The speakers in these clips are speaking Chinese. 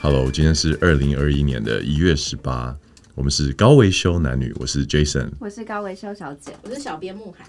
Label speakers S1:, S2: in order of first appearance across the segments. S1: Hello，今天是二零二一年的一月十八，我们是高维修男女，我是 Jason。
S2: 我是高维修小姐，
S3: 我是小编慕寒，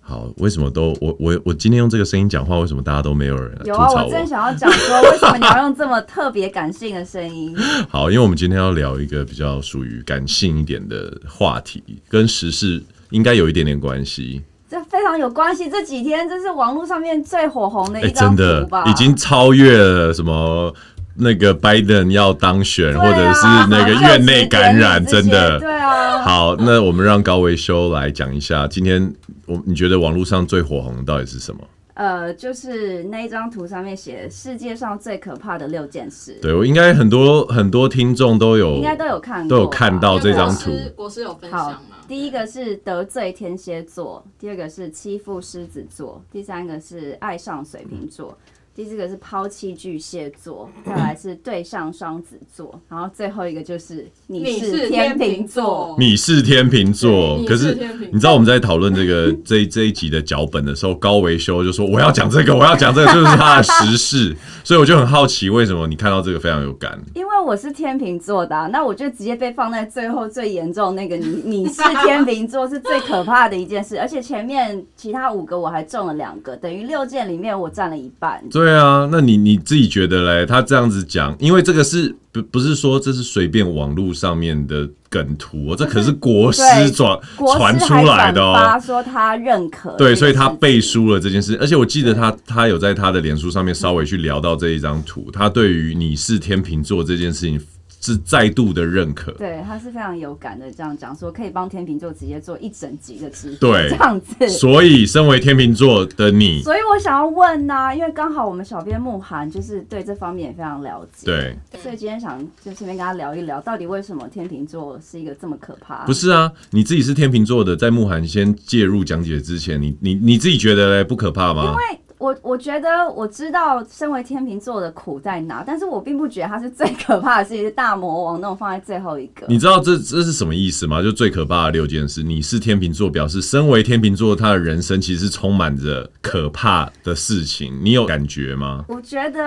S1: 好，为什么都我我我今天用这个声音讲话，为什么大家都没有人来呃吐
S2: 有啊，
S1: 槽
S2: 我正想要讲说，为什么你要用这么特别感性的声音？
S1: 好，因为我们今天要聊一个比较属于感性一点的话题，跟时事应该有一点点关系。
S2: 这非常有关系。这几天这是网络上面最火红的
S1: 哎、
S2: 一张
S1: 真
S2: 图
S1: 的
S2: 吧？
S1: 已经超越了什么那个拜登要当选，
S2: 对啊
S1: 或者是那个院内感染，
S2: 就职典礼这
S1: 真
S2: 些
S1: 的。
S2: 对啊。
S1: 好，那我们让高维修来讲一下，今天我你觉得网络上最火红的到底是什么？
S2: 呃，就是那一张图上面写世界上最可怕的六件事，
S1: 对我应该很多很多听众都有
S2: 应该都有看过，
S1: 都有看到
S3: 因为
S1: 哦这张
S3: 国
S1: 图，
S3: 师国师有分
S2: 好
S3: 享吗，？
S2: 第一个是得罪天蝎座，第二个是欺负狮子座，第三个是爱上水瓶座，第四个是抛弃巨蟹座，再来是对上双子座，然后最后一个就是你是天秤座。，
S1: 你是天秤座，
S3: 对
S1: 可是
S3: 你是天秤座
S1: 你知道我们在讨论这个 这一这一集的脚本的时候，高维修就说我要讲这个，我要讲这个，这就是他的时事，所以我就很好奇，为什么你看到这个非常有感？
S2: 因为我是天秤座的啊、那我就直接被放在最后最严重那个你。 你是天秤座是最可怕的一件事，而且前面其他五个我还中了两个，等于六件里面我占了一半。
S1: 对啊，那你你自己觉得嘞？他这样子讲，因为这个是不不是说这是随便网络上面的梗图、哦，这可是国师
S2: 对
S1: 传
S2: 国师
S1: 传
S2: 还
S1: 出来的
S2: 转发
S1: 哦。
S2: 说他认可这
S1: 对，
S2: 个事情，
S1: 所以他背书了这件事，而且我记得他他有在他的脸书上面稍微去聊到这一张图，他对于你是天秤座这件事情是再度的认可。
S2: 对，他是非常有感的，这样讲说可以帮天秤座直接做一整集的直播，
S1: 对
S2: 这样子。
S1: 所以，身为天秤座的你，
S2: 所以我想要问呐、因为刚好我们小编慕寒就是对这方面也非常了解，，
S1: 对，
S2: 所以今天想就顺便跟他聊一聊，到底为什么天秤座是一个这么可怕？
S1: 不是啊，你自己是天秤座的，在慕寒先介入讲解之前，你你你自己觉得嘞不可怕吗？
S2: 因为我我觉得我知道身为天秤座的苦在哪，但是我并不觉得它是最可怕的事情，是大魔王那种放在最后一个。
S1: 你知道这这是什么意思吗？就最可怕的六件事，你是天秤座，表示身为天秤座，他的人生其实是充满着可怕的事情，你有感觉吗？
S2: 我觉得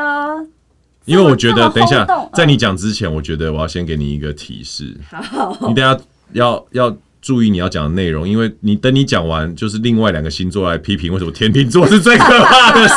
S1: 因为我觉
S2: 这
S1: 得，
S2: 么
S1: 等一下
S2: 轰动嗯哦
S1: 在你讲之前，我觉得我要先给你一个提示，你等一下要要注意你要讲的内容，因为你等你讲完，就是另外两个星座来批评为什么天秤座是最可怕的 事，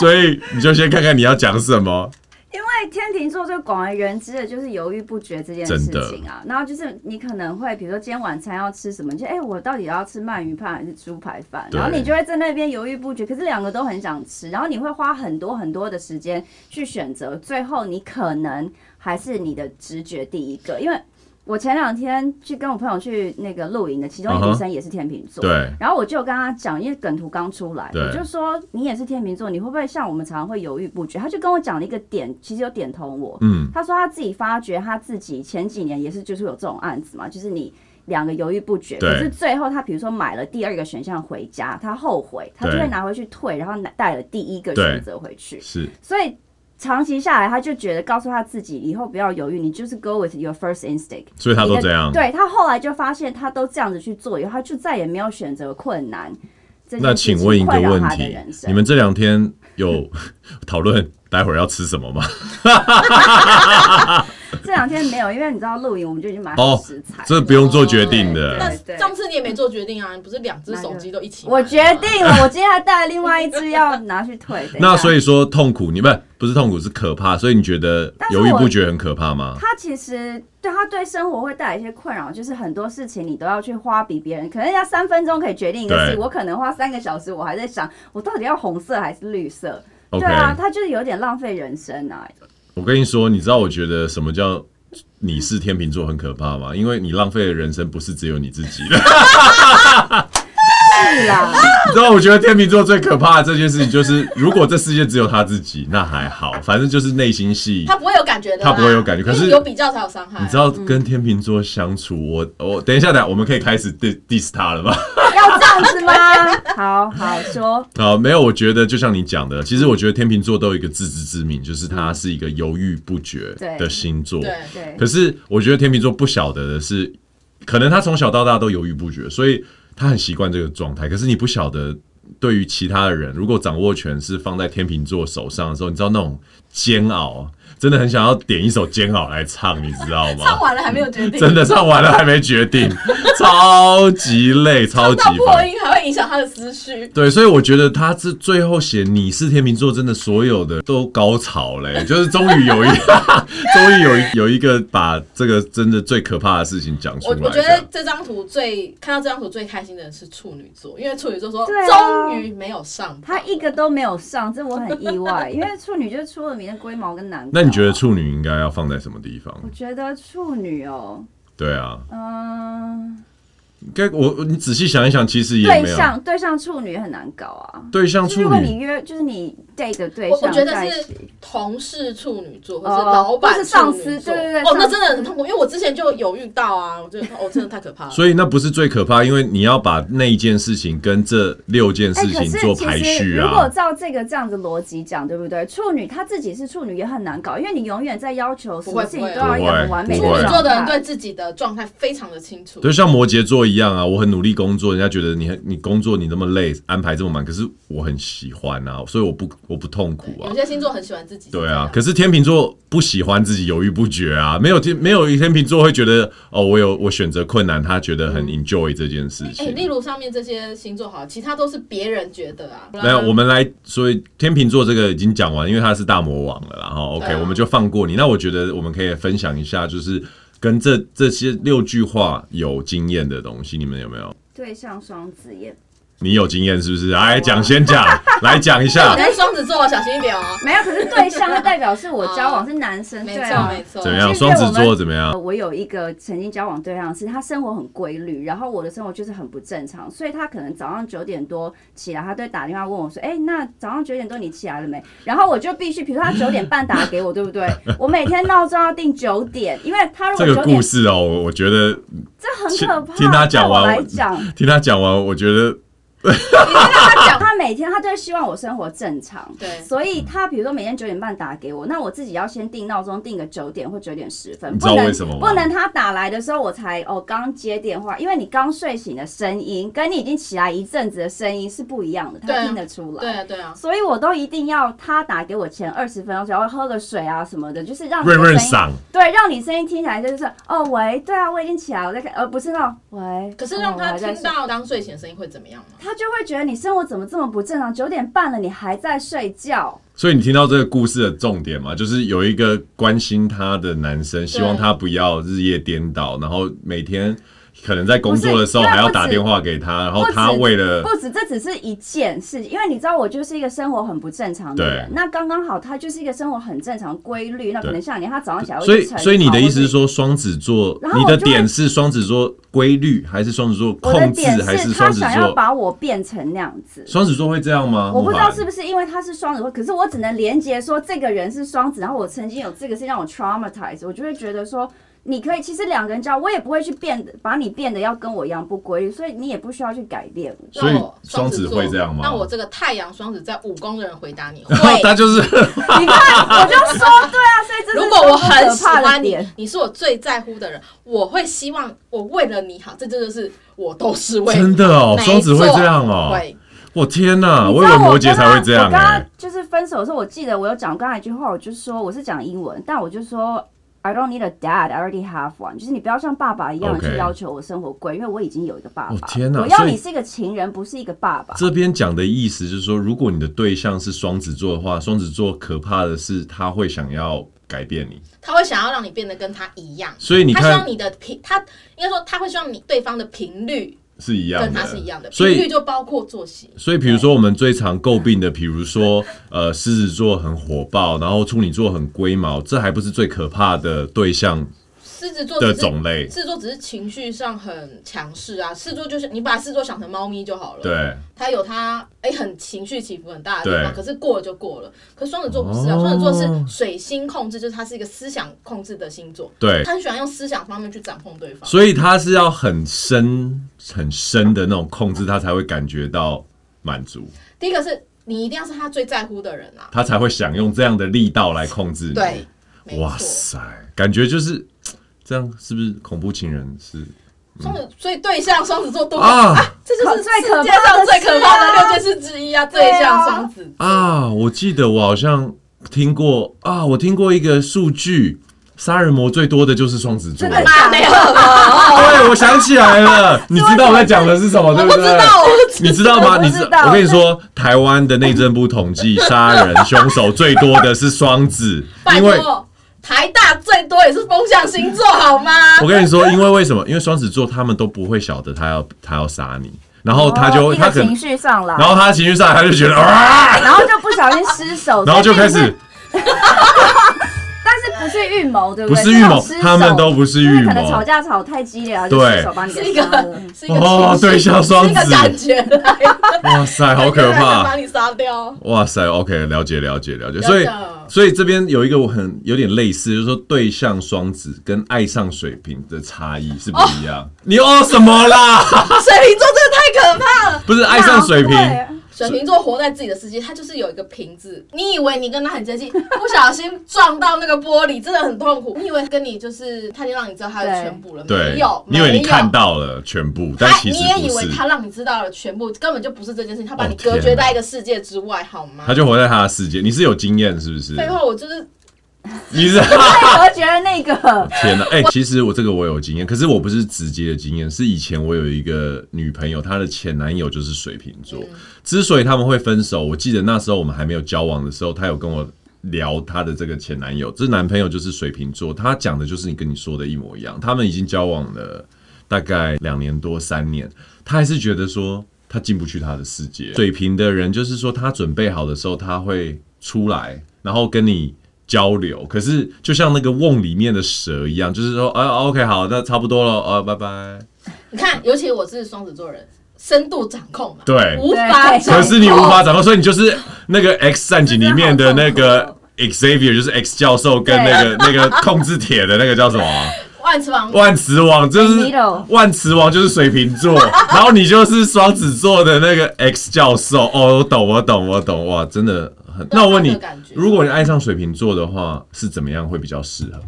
S1: 所以你就先看看你要讲什么。
S2: 因为天秤座最广为人知的就是犹豫不决这件事情啊，然后就是你可能会，比如说今天晚餐要吃什么，你就哎、我到底要吃鳗鱼饭还是猪排饭，
S1: 对
S2: 然后你就会在那边犹豫不决，可是两个都很想吃，然后你会花很多很多的时间去选择，最后你可能还是你的直觉第一个，因为。我前两天去跟我朋友去那个露营的，其中一个
S1: 嗯
S2: 女
S1: 哼
S2: 生也是天秤座，
S1: 对，
S2: 然后我就有跟他讲，因为梗图刚出来，
S1: 对
S2: 我就说你也是天秤座，你会不会像我们常常会犹豫不决？他就跟我讲了一个点，其实有点通我。
S1: 嗯，
S2: 他说他自己发觉他自己前几年也是就是有这种案子嘛，就是你两个犹豫不决，
S1: 对
S2: 可是最后他比如说买了第二个选项回家，他后悔，他就
S1: 对
S2: 会拿回去退，然后拿带了第一个
S1: 对
S2: 选择回去。
S1: 是
S2: 所以长期下来，他就觉得告诉他自己以后不要犹豫，你就是 go with your first instinct。
S1: 所以他都这样
S2: 你的对他后来就发现，他都这样子去做以后，他就再也没有选择困难。这件
S1: 那
S2: 事情
S1: 请问一个
S2: 困扰
S1: 问
S2: 他的
S1: 题
S2: 人，生
S1: 你们这两天有 讨论待会儿要吃什 么吗？
S2: 这两天没有，因为你知道露营，我们就已经买好
S1: 哦
S2: 食材了。
S1: 这不用做决定的。
S3: 但
S2: 哎对对
S3: 上次你也没做决定啊，你不是两只手机都一起买吗？
S2: 我决定 了，我今天还带了另外一只要拿去退。等一下
S1: 那所以说痛苦，你不是不是痛苦是可怕，所以你觉得
S2: 但是
S1: 犹豫
S2: 我
S1: 不决很可怕吗？
S2: 他其实对他对生活会带来一些困扰，就是很多事情你都要去花比别人，可能人家三分钟可以决定一个事，
S1: 对
S2: 我可能花三个小时，我还在想我到底要红色还是绿色。
S1: OK
S2: 对啊，他就是有点浪费人生 啊。
S1: 我跟你说，你知道我觉得什么叫你是天秤座很可怕吗？因为你浪费的人生不是只有你自己的。
S2: 是啦，
S1: 你知道，我觉得天秤座最可怕的这件事情就是，如果这世界只有他自己，那还好，反正就是内心戏
S3: 他。不会有感觉的啦，
S1: 他不会有感觉可是
S3: 因为有比较才有伤害啊。
S1: 你知道跟天秤座相处，我我等一下，等一下我们可以开始 dis diss 他了吗？
S2: 要这样子吗？好好说，
S1: 啊，没有，我觉得就像你讲的，其实我觉得天秤座都有一个自知之明，就是他是一个犹豫不决的
S2: 对
S1: 星座。
S3: 嗯对，
S2: 对
S1: 可，是我觉得天秤座不晓得的是，可能他从小到大都犹豫不决，所以他很习惯这个状态。可是你不晓得对于其他的人，如果掌握权是放在天秤座手上的时候，你知道那种煎熬，真的很想要点一首《煎熬》来唱，你知道吗？
S3: 唱完了还没有决定，
S1: 真的唱完了还没决 定，超级累，超
S3: 唱
S1: 级
S3: 到破
S1: 烦。
S3: 音还会影响他的思绪。
S1: 对，所以我觉得他是最后写你是天秤座，真的所有的都高潮嘞、 就是终于有一，终于有一有一个把这个真的最可怕的事情讲出
S3: 我
S1: 来这样。
S3: 我觉得这张图最看到这张图最开心的人是处女座，因为处女座说
S2: 对啊
S3: 终于没有上榜
S2: 他一个都没有上，这我很意外，因为处女就是出了名的龟毛跟难搞。
S1: 那你觉得？处女应该要放在什么地方？
S2: 我觉得处女哦，
S1: 对啊，
S2: 嗯、
S1: 应该我你仔细想一想，其实也
S2: 对
S1: 没有
S2: 象对象处女很难搞啊。
S1: 对象
S2: 就是如
S1: 处
S2: 果
S1: 女
S2: 你约，就是你 date 的对
S3: 我
S2: 象
S3: 我觉得
S2: 在一
S3: 是
S2: 起
S3: 同事处女座，或
S2: 哦
S3: 是老板
S2: 或是
S3: 处
S2: 上
S3: 女
S2: 司
S3: 座
S2: 对对对
S3: 哦，那
S2: 上
S3: 真的很痛苦，因为我之前就有遇到啊，我觉得哦，真的太可怕了。
S1: 所以那不是最可怕，因为你要把那一件事情跟这六件
S2: 哎，
S1: 事
S2: 可
S1: 情
S2: 是
S1: 做
S2: 其
S1: 排
S2: 实
S1: 序
S2: 如果
S1: 啊。
S2: 照这个这样子逻辑讲，对不对？处女她自己是处女也很难搞，因为你永远在要求什么事情都要一个很完美
S1: 不
S2: 的
S1: 会
S3: 处
S2: 状
S3: 女
S2: 态。
S3: 座的人对自己的状态非常的清楚，
S1: 就像摩羯座一样啊，我很努力工作，人家觉得你很你工作你那么累，安排这么满，可是我很喜欢啊，所以我不我不痛苦啊
S3: 有。些星座很喜欢自己是这
S1: 对
S3: 样。
S1: 啊，可是天秤座不喜欢自己犹豫不决啊，没有天没有天秤座会觉得哦，我有我选择困难，他觉得很 enjoy 这件事
S3: 哎、
S1: 情。
S3: 例如上面这些星座好，其他都是别人觉得啊。
S1: 没有，我们来，所以天秤座这个已经讲完，因为他是大魔王了啦，然后 OK，、
S3: 对啊
S1: 我们就放过你。那我觉得我们可以分享一下，就是跟这这些六句话有经验的东西，你们有没有？
S2: 对象双子也
S1: 你有经验是不是？
S2: 啊
S1: 来讲，先 讲，来讲一
S3: 哎我
S1: 下，
S3: 是双子座，小心一点哦。
S2: 没有，可是对象就代表是我交 往是男生，
S3: 没
S2: 对
S3: 错，
S2: 啊。
S3: 没错。
S1: 怎么样？
S2: 其实我
S1: 双
S2: 们
S1: 子座怎么样？
S2: 呃我有一个曾经交往对象是，他生活很规律，然后我的生活就是很不正常，所以他可能早上九点多起来，他都会打电话问我说：“哎、那早上九点多你起来了没？”然后我就必须，比如说他九点半打给我，对不 对？我每天闹钟要定九点，因为他如
S1: 这
S2: 果
S1: 个
S2: 九点
S1: 故事哦，我我觉得
S2: 这很可怕。
S1: 听听他讲完
S2: 对我来讲，
S1: 听他讲完，我觉得
S2: 他讲他每天他都希望我生活正常，
S3: 对
S2: 所以他比如说每天九点半打给我，那我自己要先定闹钟，定个九点或九点十分，
S1: 你知
S2: 不
S1: 道
S2: 能
S1: 为什么吗
S2: 不能他打来的时候我才哦刚接电话，因为你刚睡醒的声音跟你已经起来一阵子的声音是不一样的，
S3: 对
S2: 他
S3: 啊
S2: 听得出来。
S3: 对啊，对啊。
S2: 所以我都一定要他打给我前二十分钟，然后喝个水啊什么的，就是让你的
S1: 润润
S2: 声音
S1: 嗓，
S2: 对，让你声音听起来就是哦喂，对啊，我已经起来，我在看，呃，不是那种喂，
S3: 可是
S2: 哦
S3: 让
S2: 我
S3: 他
S2: 还在
S3: 听到刚睡前的声音会怎么样吗？
S2: 他就会觉得你生活怎么这么不正常？九点半了，你还在睡觉？
S1: 所以你听到这个故事的重点嘛，就是有一个关心他的男生，希望他不要日夜颠倒，然后每天可能在工作的时候
S2: 不是
S1: 还要
S2: 因为不止
S1: 打电话给他，然后
S2: 不止
S1: 他为了
S2: 不止，这只是一件事，因为你知道我就是一个生活很不正常的人。
S1: 对
S2: 那刚刚好，他就是一个生活很正常规律。那可能像你，他早上起来会
S1: 所以
S2: 去晨
S1: 所以你
S2: 跑
S1: 的意思是
S2: 或者
S1: 说，双子座
S2: 然后
S1: 你
S2: 我
S1: 的
S2: 就会
S1: 点是双子座规律，还是双子座
S2: 我的
S1: 控制，
S2: 点
S1: 还是
S2: 他
S1: 双子
S2: 想要
S1: 座？
S2: 把我变成那样子。
S1: 双子座会这样吗？
S2: 我不知
S1: 慕
S2: 道
S1: 寒
S2: 是不是因为他是双子座，可是我只能连接说这个人是双子，然后我曾经有这个事让我 traumatize，我就会觉得说。你可以，其实两个人交往，我也不会去变得，把你变得要跟我一样不规律，所以你也不需要去改变我。
S1: 所以
S3: 那我
S1: 双子
S3: 座
S1: 会这样吗
S3: 那我这个太阳双子在武功的人回 答你
S1: 然后
S3: 会。
S1: 他 就是
S2: 你看，我就说对啊，所以这是
S3: 如果我很
S2: 可
S3: 喜
S2: 怕的
S3: 欢你
S2: 点。，
S3: 你是我最在乎的人，我会希望我为了你好，这真的是我都是为
S1: 真
S3: 你
S1: 的哦，
S3: 没错
S1: 双子会这样哦，
S3: 会
S1: 我天哪，啊我
S2: 你知
S1: 以
S2: 道
S1: 为摩
S2: 我跟
S1: 羯
S2: 他
S1: 才会这样
S2: 我跟他
S1: 哎，
S2: 就是分手的时候，我记得我有讲刚才一句话，我就说我是讲英文，但我就说 I don't need a dad, I already have one。就是你不要像爸爸一样
S1: OK
S2: 去要求我生活规，因为我已经有一个爸爸。
S1: 哦天哪
S2: 我要
S1: 所以
S2: 你是一个情人，不是一个爸爸。
S1: 这边讲的意思就是说，如果你的对象是双子座的话，双子座可怕的是他会想要改变你，
S3: 他会想要让你变得跟他一样。
S1: 所以你
S3: 他希望
S1: 看
S3: 你的频，他应该说他会希望你对方的频率
S1: 是一样
S3: 跟
S1: 的
S3: 他是一样的，
S1: 所
S3: 频率
S1: 以。
S3: 就包括作息。
S1: 所以，比如说我们最常诟病的，比如说，呃，狮子座很火爆，然后处女座很龟毛，这还不是最可怕的对象
S3: 狮子座只
S1: 的
S3: 是
S1: 种类。
S3: 狮子座只是情绪上很强势啊，狮子座就是你把狮子座想成猫咪就好了，，
S1: 对，
S3: 它有它哎、很情绪起伏很大的地方，
S1: 对
S3: 可是过了就过了。可是双子座不是啊，
S1: 哦
S3: 双子座是水星控制，就是它是一个思想控制的星座，
S1: 对
S3: 他很喜欢用思想方面去掌控对方。
S1: 所以他是要很深、很深的那种控制，他才会感觉到满足，
S3: 第一个是你一定要是他最在乎的人啊，
S1: 他才会想用这样的力道来控制你。
S3: 对，没
S1: 哇
S3: 错。
S1: 塞，感觉就是这样，是不是恐怖情人是
S3: 双子，所以对象双子座多
S1: 啊
S3: 啊，这就是
S2: 最可
S3: 世界
S2: 怕的
S3: 上最可怕
S2: 事
S3: 的
S2: 啊
S3: 六件事之一啊！
S2: 对啊
S3: 对象双子座，
S1: 啊！我记得我好像听过啊，我听过一个数据，杀人魔最多的就是双子座。
S2: 真的
S1: 对，
S3: 妈没有了，
S1: 我想起来 了，你知道我在讲的是什么，
S3: 我
S1: 对
S3: 不
S1: 对
S3: 知？道，哦我不知
S1: 你知道吗？
S2: 我不
S1: 你
S2: 知道
S1: 我跟你说，台湾的内政部统计，杀人凶手最多的是双子，
S3: 拜
S1: 因为
S3: 托，台大最多也是风象星座好吗？
S1: 我跟你说，因为为什么？因为双子座他们都不会晓得他要他要杀你，然后他就、
S2: 哦一
S1: 他
S2: 个
S1: 可能
S2: 情，绪上来，
S1: 然后他情绪上来，他就觉得啊，
S2: 然后就不小心失手，
S1: 然后就
S2: 所以
S1: 开
S2: 并不是
S1: 始
S2: 但是不是预谋，对
S1: 不
S2: 对？
S1: 是预谋
S2: 这种失，手
S1: 他们都不是
S2: 就是
S1: 预
S2: 可能吵
S1: 谋。
S2: 架吵太激烈了，就
S1: 对
S2: 失手把你
S3: 是一
S2: 给
S3: 个
S2: 杀了。
S3: 是一个
S1: 哦
S3: 情绪
S1: 对象双子
S3: 是一个感觉来的，
S1: 哇塞，好可
S3: 想 把
S1: 怕！
S3: 你杀掉。
S1: 哇塞，OK，了解了解了解。所以
S3: 真的
S1: 所以这边有一个我很有点类似，就是说对象双子跟爱上水瓶的差异是不一样。你哦什么啦？
S3: 水瓶座真的太可怕了。
S1: 不是爱上水瓶，
S2: 对
S3: 水瓶座活在自己的世界，他就是有一个瓶子。你以为你跟他很接 近，不小心撞到那个玻璃，真的很痛苦。你以为跟你就是他已经让你知道他的全部了，
S1: 对
S3: 没有，，
S1: 你以为
S3: 没
S1: 你
S3: 有
S1: 看到了全部，但
S3: 他
S1: 其
S3: 你
S1: 实
S3: 也
S1: 不
S3: 以为
S1: 是。
S3: 他让你知道了全部，根本就不是这件事情，他把
S1: 哦
S3: 你隔
S1: 天
S3: 绝
S1: 哪
S3: 在一个世界之外，好吗
S1: 他？就活在他的世界，你是有经验是不是？
S3: 废话，我就是
S1: 你是啊
S2: 我觉得那个
S1: 天哪！哎、其实我这个我有经验，可是我不是直接的经验，是以前我有一个女朋友，她的前男友就是水瓶座。
S3: 嗯
S1: 之所以他们会分手，我记得那时候我们还没有交往的时候，她有跟我聊她的这个前男友，这男朋友就是水瓶座，他讲的就是你跟你说的一模一样。他们已经交往了大概两年多三年，她还是觉得说她进不去他的世界。水瓶的人就是说，他准备好的时候他会出来，然后跟你。交流，可是就像那个瓮里面的蛇一样，就是说，啊，OK，好，那差不多了，啊，拜拜。
S3: 你看，尤其我是双子座人，深度掌控嘛，
S1: 对
S3: 无法
S2: 对
S3: 掌控。
S1: 可是你无法掌控，所以你就是那个《X 战警》里面的那
S2: 真的好痛
S1: 个 Xavier，就是 X 教授跟那个那个控制铁的那个叫什么啊、
S3: 万磁王，
S1: 万磁王，就是
S3: 哎
S2: Magneto
S1: 万磁王就是水瓶 座，然后你就是双子座的那个 X 教授。哦，我懂，我懂，我懂，哇，真的很。那我问
S3: 那
S1: 你
S3: 个啊感觉，
S1: 如果你爱上水瓶座的话，是怎么样会比较适合？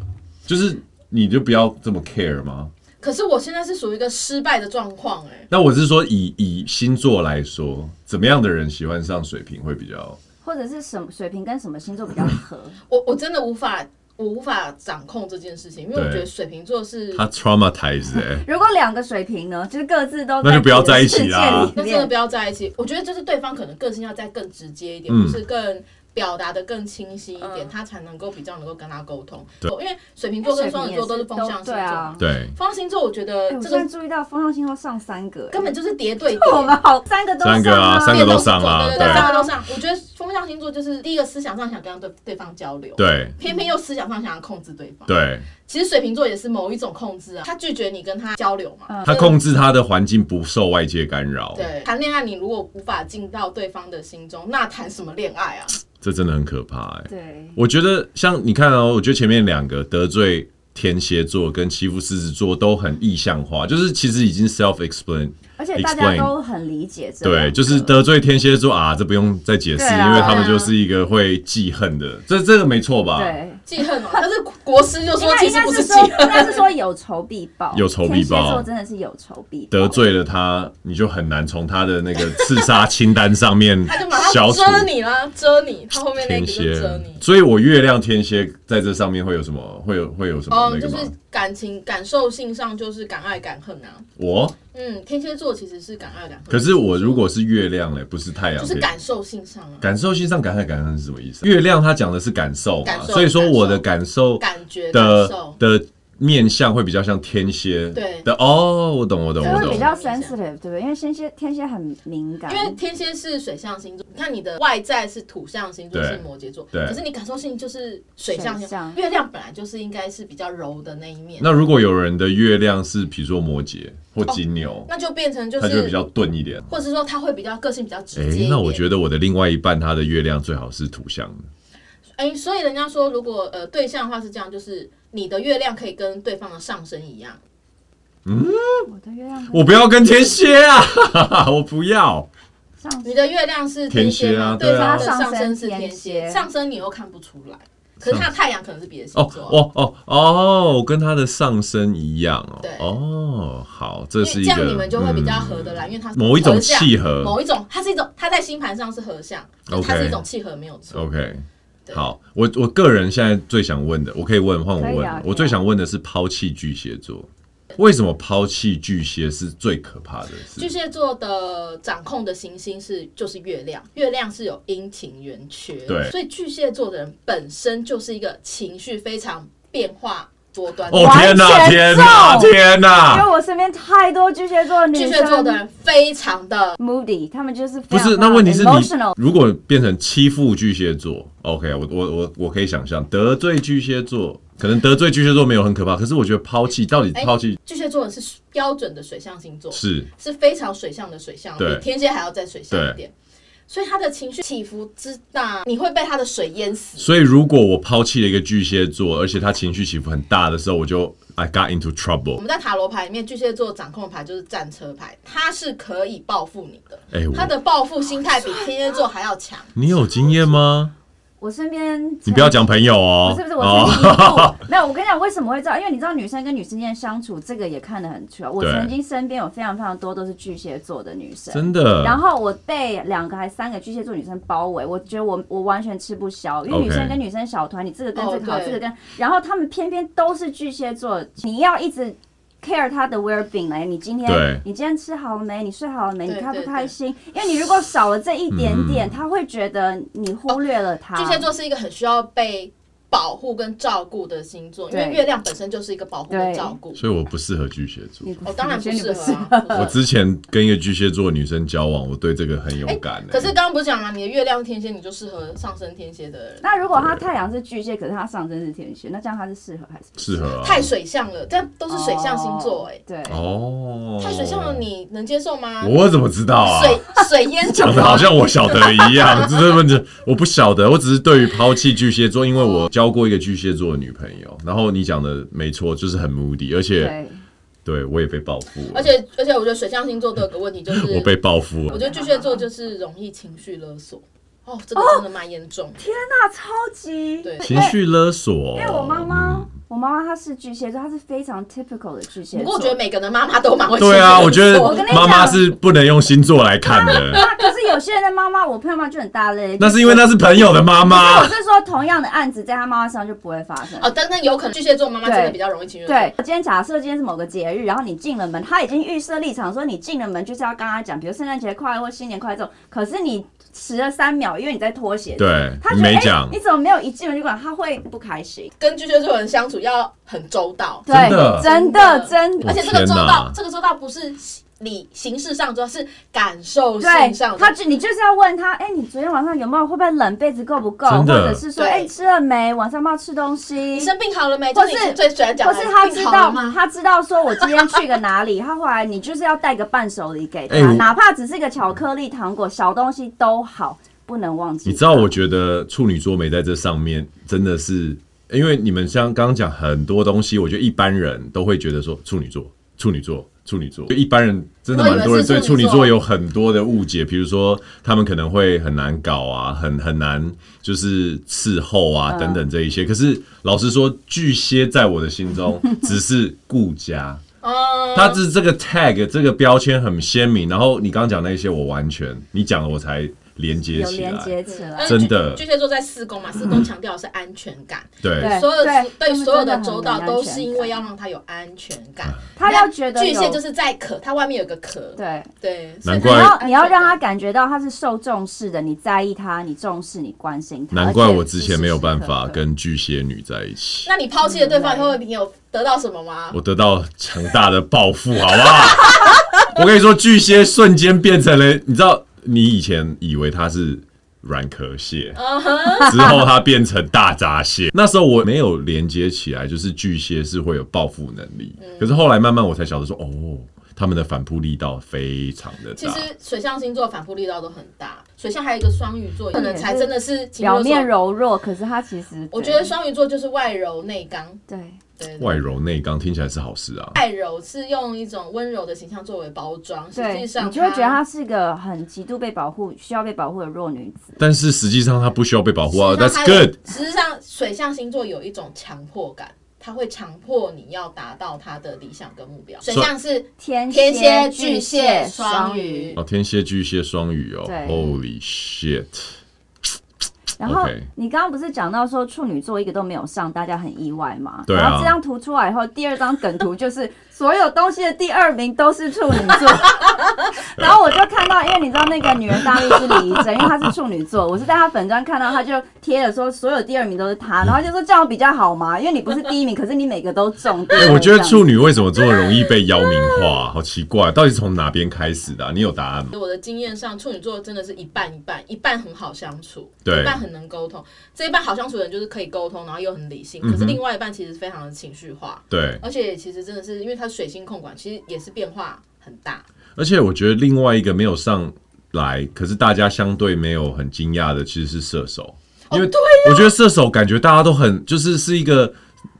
S1: 就是你就不要这么 care 吗？
S3: 可是我现在是属于一个失败的状况，哎，
S1: 那我是说以以星座来说，怎么样的人喜欢上水瓶会比较？
S2: 或者是什么水瓶跟什么星座比较合？
S3: 我我真的无法，我无法掌控这件事情，因为我
S1: 对
S3: 觉得水瓶座是，
S1: 他 traumatized 哎、
S2: 如果两个水瓶呢，就是各自都
S1: 那就不要在一
S2: 自己
S1: 起
S2: 的
S1: 啦
S2: 世界
S3: 那
S2: 里
S3: 真的
S2: 面
S3: 不要在一起。我觉得就是对方可能个性要再更直接一点，
S1: 嗯
S3: 就是更。表达的更清晰一点，
S2: 嗯
S3: 他才能够比较能够跟他沟通。
S1: 对
S3: 因为水瓶座跟双子座都是风象星座
S2: 对，啊。
S1: 对，
S3: 风象星座我觉得
S2: 哎我
S3: 这
S2: 突
S3: 个
S2: 然注意到风象星座上三个，哎
S3: 根本就是叠对叠。
S2: 我们好三个都上
S1: 三个啊三个都上啊
S3: 对对
S2: 对
S3: 对，三个都上。我觉得风象星座就是第一个思想上想跟对对方交流，
S1: 对，
S3: 偏偏又思想上想要控制对方。
S1: 对，
S3: 其实水瓶座也是某一种控制啊，他拒绝你跟他交流嘛，
S2: 嗯
S1: 他控制他的环境不受外界干扰，
S3: 对谈恋爱，你如果无法进到对方的心中，那谈什么恋爱啊？
S1: 这真的很可怕哎、
S2: 对，
S1: 我觉得像你看哦，我觉得前面两个得罪天蝎座跟欺负狮子座都很意象化，就是其实已经 self explain，
S2: 而且大家
S1: Explain
S2: 都很理解这两
S1: 对，
S2: 个，
S1: 就是得罪天蝎座啊，这不用再解释，
S2: 对啊
S1: 因为他们就是一个会记恨的，这这个没错吧？
S2: 对。
S3: 记恨哦，但是国师就
S2: 应
S3: 说
S2: 该
S3: 其
S2: 应
S3: 实
S2: 该
S3: 不
S2: 是
S3: 是记
S2: 说，
S3: 恨，
S2: 应该是说有仇必报，
S1: 有仇必报
S2: 天蝎座真的是有仇必报，
S1: 得罪了他，你就很难从他的那个刺杀清单上面
S3: 他就马上
S1: 消除
S3: 遮你啦，遮你，他后面
S1: 天
S3: 那个就
S1: 蝎
S3: 遮你。
S1: 所以我月亮天蝎在这上面会有什么？会有会有什么
S3: 嗯，
S1: 那
S3: 就
S1: 个吗？
S3: 是感情感受性上就是敢爱敢恨啊。
S1: 我
S3: 嗯，天蝎座其实是敢爱敢恨。
S1: 可是我如果是月亮嘞，不是太阳，
S3: 就是感受性上啊，
S1: 感受性上感慨感恩是什么意思？月亮它讲的是感受嘛
S3: 感，受
S1: 所以说我的感受
S3: 感觉感
S1: 的
S3: 受，
S1: 的面相会比较像天蝎
S3: 对
S1: 的哦，我懂我懂
S2: 所以
S1: 我
S2: 会
S1: 懂
S2: 比，较 sensitive，对不对？因为天蝎天蝎很敏感，
S3: 因为天蝎是水象星座，你看你的外在是土象星座，
S1: 对
S3: 是摩羯座，
S1: 对
S3: 可是你感受性就是水象
S2: 水
S3: 星
S2: 象
S3: 座，月亮本来就是应该是比较柔的那一面，
S1: 那如果有人的月亮是比如说摩羯或金牛，
S3: 那就变成就
S1: 它就会比
S3: 是，
S1: 较钝一点。
S3: 或者是说他会比较个性比较直
S1: 哎、
S3: 接一点。
S1: 那我觉得我的另外一半他的月亮最好是土象的。
S3: 哎、所以人家说，如果呃对象的话是这样，就是你的月亮可以跟对方的上升一样，
S2: 我的月亮跟
S1: 我不要跟天蝎啊， 我不要。
S2: 上
S3: 你的月亮是天蝎
S1: 天蝎啊
S3: 嘛，
S1: 对
S3: 对
S1: 啊
S3: 方的上升是
S2: 上升天
S3: 天
S2: 蝎
S3: 蝎，上升你又看不出来，可是他太阳可能是别的星
S1: 哦
S3: 座，啊
S1: 哦哦哦，跟他的上身一样哦。
S3: 对
S1: 哦，好，
S3: 因
S1: 这
S3: 为
S1: 是
S3: 这
S1: 一个
S3: 样你们就会比较
S1: 嗯
S3: 合得来，因为它
S1: 某一种
S3: 合相
S1: 契合
S3: 某一种它是一种它在星盘上是合相，
S1: OK
S3: 它是一种契合没有错。
S1: OK，
S3: 对
S1: 好，我我个人现在最想问的，我可以问换我
S2: 可以
S1: 问
S2: 啊可以啊
S1: 吗，我最想问的是抛弃巨蟹座，为什么抛弃巨蟹是最可怕的事？
S3: 巨蟹座的掌控的行星是就是月亮，月亮是有阴晴圆缺，
S1: 对
S3: 所以巨蟹座的人本身就是一个情绪非常变化多端的
S1: 哦
S3: 人。
S1: 天哪，
S2: 完全
S1: 天哪，
S2: 中
S1: 天
S2: 因
S1: 哪！
S2: 为我身边太多巨蟹座的女
S3: 巨
S2: 生，
S3: 蟹座的人非常的
S2: moody，他们就是
S1: 不
S2: 非常
S1: 是，那问题是你
S2: 啊 emotional
S1: 如果变成欺负巨蟹座，OK，我我我我可以想象得罪巨蟹座，可能得罪巨蟹座没有很可怕，可是我觉得抛弃到底
S3: 哎
S1: 抛弃
S3: 巨蟹座人是标准的水象星座，
S1: 是
S3: 是非常水象的水象，
S1: 对
S3: 比天蝎还要再水象
S1: 对
S3: 一点。所以他的情绪起伏之大，你会被他的水淹死。
S1: 所以，如果我抛弃了一个巨蟹座，而且他情绪起伏很大的时候，我就 I got into
S3: 我
S1: trouble。
S3: 们在塔罗牌里面，巨蟹座掌控的牌就是战车牌，它是可以报复你的，
S1: 哎、
S3: 他
S1: 我
S3: 的报复心态比天蝎座还要强。
S1: 你有经验吗？
S2: 我身边，
S1: 你不要。讲朋友哦。
S2: 不是不是，我曾经、哦、 没有。我跟你讲，为什么会这样？因为你知道，女生跟女生之间相处，这个也看得很出来。我
S1: 对
S2: 曾经身边有非常非常多都是巨蟹座的女 生，
S1: 真的。
S2: 然后我被两个还三个巨蟹座女生包围，我觉得我我完全吃不消，因为
S1: OK
S2: 女生跟女生小团，你这个跟这个好，
S3: 哦对
S2: 这个跟，然后他们偏偏都是巨蟹座，你要一直 care 他的 well being，来，你今天
S1: 对
S2: 你今天吃好了没？你睡好了没？你
S3: 对
S2: 开不
S3: 对
S2: 开心？因为你如果少了这一点点，
S1: 嗯
S2: 他会觉得你忽略了他。
S3: 哦巨蟹座是一个很需要被保护跟照顾的星座，因为
S2: 对
S3: 月亮本身就是一个保护跟照顾。
S1: 所以我不适合巨蟹座
S2: 你。不
S3: 哦，当然不
S2: 你觉得
S3: 适
S2: 你
S3: 合、
S2: 合。
S3: 啊。不
S1: 我
S3: 适合
S1: 之前跟一个巨蟹座女生交往，我对这个很有感、欸
S3: 可是刚刚不是讲了，你的月亮天蝎，你就适合上升天蝎的人，
S2: 那如果他太阳是巨蟹，可是他上升是天蝎，那这样他是适合还是不
S1: 适合啊。
S3: 太水象了，这都
S2: 合
S3: 是水象星座哎、
S2: 对，
S1: 哦，
S3: 太水象了，你能接受吗？
S1: 我怎么知道啊？
S3: 水水淹死
S1: 讲的好像我晓得一样，这这问题我不晓得，我只是对于抛弃巨蟹座，因为我交过一个巨蟹座的女朋友，然后你讲的没错，就是很 moody，而且
S2: 对，
S1: 对我也被报复了，
S3: 而且而且，我觉得水象星座都有个问题，就是
S1: 我被报复
S3: 我
S1: 了
S3: 觉。得巨蟹座就是容易情绪勒索。哦，这个真的蛮严重的。
S2: 那啊超级
S3: 对
S1: 情绪勒索，
S2: 因为我妈妈，我妈妈她是巨蟹座，她是非常 typical 的巨蟹
S3: 不
S2: 座。
S3: 过我觉得每个人的妈妈都蛮
S1: 嗯
S3: 会
S1: 对啊，
S3: 情绪勒索
S1: 我觉得
S2: 我跟你讲
S1: 妈妈是不能用星座来看的，
S2: 那可是有些人的妈妈，我朋友妈就很大类。
S1: 那是因为那是朋友的妈
S2: 就是 我
S1: 妈。
S2: 是说，同样的案子在她妈妈身上就不会发生。
S3: 哦，但但有可能巨蟹座妈妈真的
S2: 对
S3: 比较容易情绪勒索。
S2: 对，今天假设今天是某个节日，然后你进了门，她已经预设立场说你进了门就是要跟她讲，比如圣诞节快乐或新年快乐这种，可是你迟了三秒，因为你在拖鞋。
S1: 对啊
S2: 她，觉得
S1: 没
S2: 哎
S1: 讲，
S2: 你怎么没有一进门就管？她会不开心。
S3: 跟巨蟹座人相处要很周到，
S2: 对
S1: 真的，
S2: 真的，真的
S1: 我
S3: 而且这个周
S1: 天
S3: 到
S1: 哪，
S3: 这个周到不是理形式上周到，是感受性上
S2: 对，
S3: 的。
S2: 他就你就是要问他，哎、你昨天晚上有没有会不会冷被子够不够，或
S1: 真的
S2: 者是说，
S3: 对
S2: 哎、吃了没？晚上有没有吃东
S3: 你
S2: 西？
S3: 生病好了没？
S2: 或
S3: 就是是你最喜欢讲
S2: 或
S3: 的，
S2: 是他知
S3: 病好了
S2: 道
S3: 吗？
S2: 他知道说我今天去个哪里，他后来你就是要带个伴手礼给 他，
S1: 哎我
S2: 哪怕只是个巧克力、糖果、小东西都好，不能忘记。
S1: 你知道，我觉得处女座没在这上面，真的是因为你们像刚刚讲很多东西，我觉得一般人都会觉得说处女座、处女座、处女座，就一般人真的蛮多人
S3: 我以为
S1: 对
S3: 是处
S1: 处
S3: 女
S1: 女
S3: 座
S1: 座有很多的误
S2: 嗯
S1: 解，比如说他们可能会很难搞啊，很很难就是伺候啊
S2: 嗯
S1: 等等这一些。可是老实说，巨蟹在我的心中只是顾家。
S3: 嗯，
S1: 它是这个 tag 这个标签很鲜明，然后你刚刚讲那些我完全你讲了我才连接
S2: 有
S1: 起
S2: 连
S1: 来，
S2: 接起来
S3: 但。是
S1: 真的
S3: 巨巨蟹座在四宫嘛，四宫强调的是安全感，
S1: 对
S2: 对
S3: 所有
S2: 对
S3: 对
S2: 他们
S3: 所有
S2: 真的
S3: 的
S2: 很
S3: 周
S2: 有
S3: 到
S2: 安
S3: 都
S2: 全
S3: 是因
S2: 感
S3: 为要让他有安全感。
S2: 他要觉得
S3: 巨蟹就是是在壳，它外面有个壳。
S2: 对。
S3: 对，
S1: 难
S2: 你
S1: 怪
S2: 要你要让他感觉到他是受重视的，你在意他，你重视，你关心他。
S1: 难怪我之前没有办法
S2: 而且时时刻刻
S1: 跟巨蟹女在一起，
S3: 那你抛弃了对方
S2: 嗯
S3: 以后，你有得到什么吗？
S1: 我得到强大的报复，好不 好？我跟你说，巨蟹瞬间变成了，你知道，你以前以为它是软壳 蟹，
S3: 嗯
S1: 之后它变成大闸蟹。那时候我没
S3: 嗯
S1: 有连接起来，就是巨蟹是会有报复能力，可是后来慢慢我才晓得说，哦。他们的反扑力道非常的大。
S3: 其实水象星座反扑力道都很大，水象还有一个双鱼座，可能才真的是情
S2: 表
S3: 绪
S2: 面
S3: 勒索。
S2: 柔弱，可是他其实
S3: 我觉得双鱼座就是外柔内刚，
S2: 对
S3: 对，
S1: 外柔内刚听起来是好事啊，
S3: 外柔是用一种温柔的形象作为包装，实
S2: 对，
S3: 际
S2: 你
S3: 上
S2: 就会觉得她是个很极度被保护、需要被保护的弱女子。
S1: 但是实际上他不需要被保护啊
S3: 实际
S1: ，That's
S3: 上它有
S1: good。
S3: 实际上，水象星座有一种强迫感，它会强迫你要达到他的理想跟目标。水象是
S2: 天
S3: 天
S2: 蝎、
S3: 蝎
S2: 巨
S3: 巨
S2: 蟹、
S3: 蟹
S2: 双
S3: 双
S2: 鱼
S3: 鱼。
S1: 哦，天蝎、巨蟹、双鱼哦
S2: 对
S1: ，Holy shit！
S2: 然后
S1: OK
S2: 你刚刚不是讲到说处女座一个都没有上，大家很意外吗？
S1: 对啊
S2: 然后这张图出来以后，第二张梗图就是所有东西的第二名都是处女 座。然后我就看到，因为你知道那个女人大律师李怡珍，因为她是处女座，我是在她粉专看到，她就贴了说所有第二名都是她，然后就说这样比较好嘛，因为你不是第一名，可是你每个都中。对
S1: 哎、我觉得处
S2: 女
S1: 女为什么这么容易被妖名化、好奇怪，到底是从哪边开始的啊、你有答案吗？
S3: 我的经验上，处女座真的是一半一半，一半很好相处，
S1: 对
S3: 一半很能沟通。这一半好相处的人就是可以沟通，然后又很理性，
S1: 嗯哼
S3: 可是另外一半其实非常的情绪化，
S1: 对，
S3: 而且其实真的是因为他水星控管，其实也是变化很大。
S1: 而且我觉得另外一个没有上来，可是大家相对没有很惊讶的，其实是射手，因为、
S3: 哦对
S1: 我觉得射手感觉大家都很就是是一个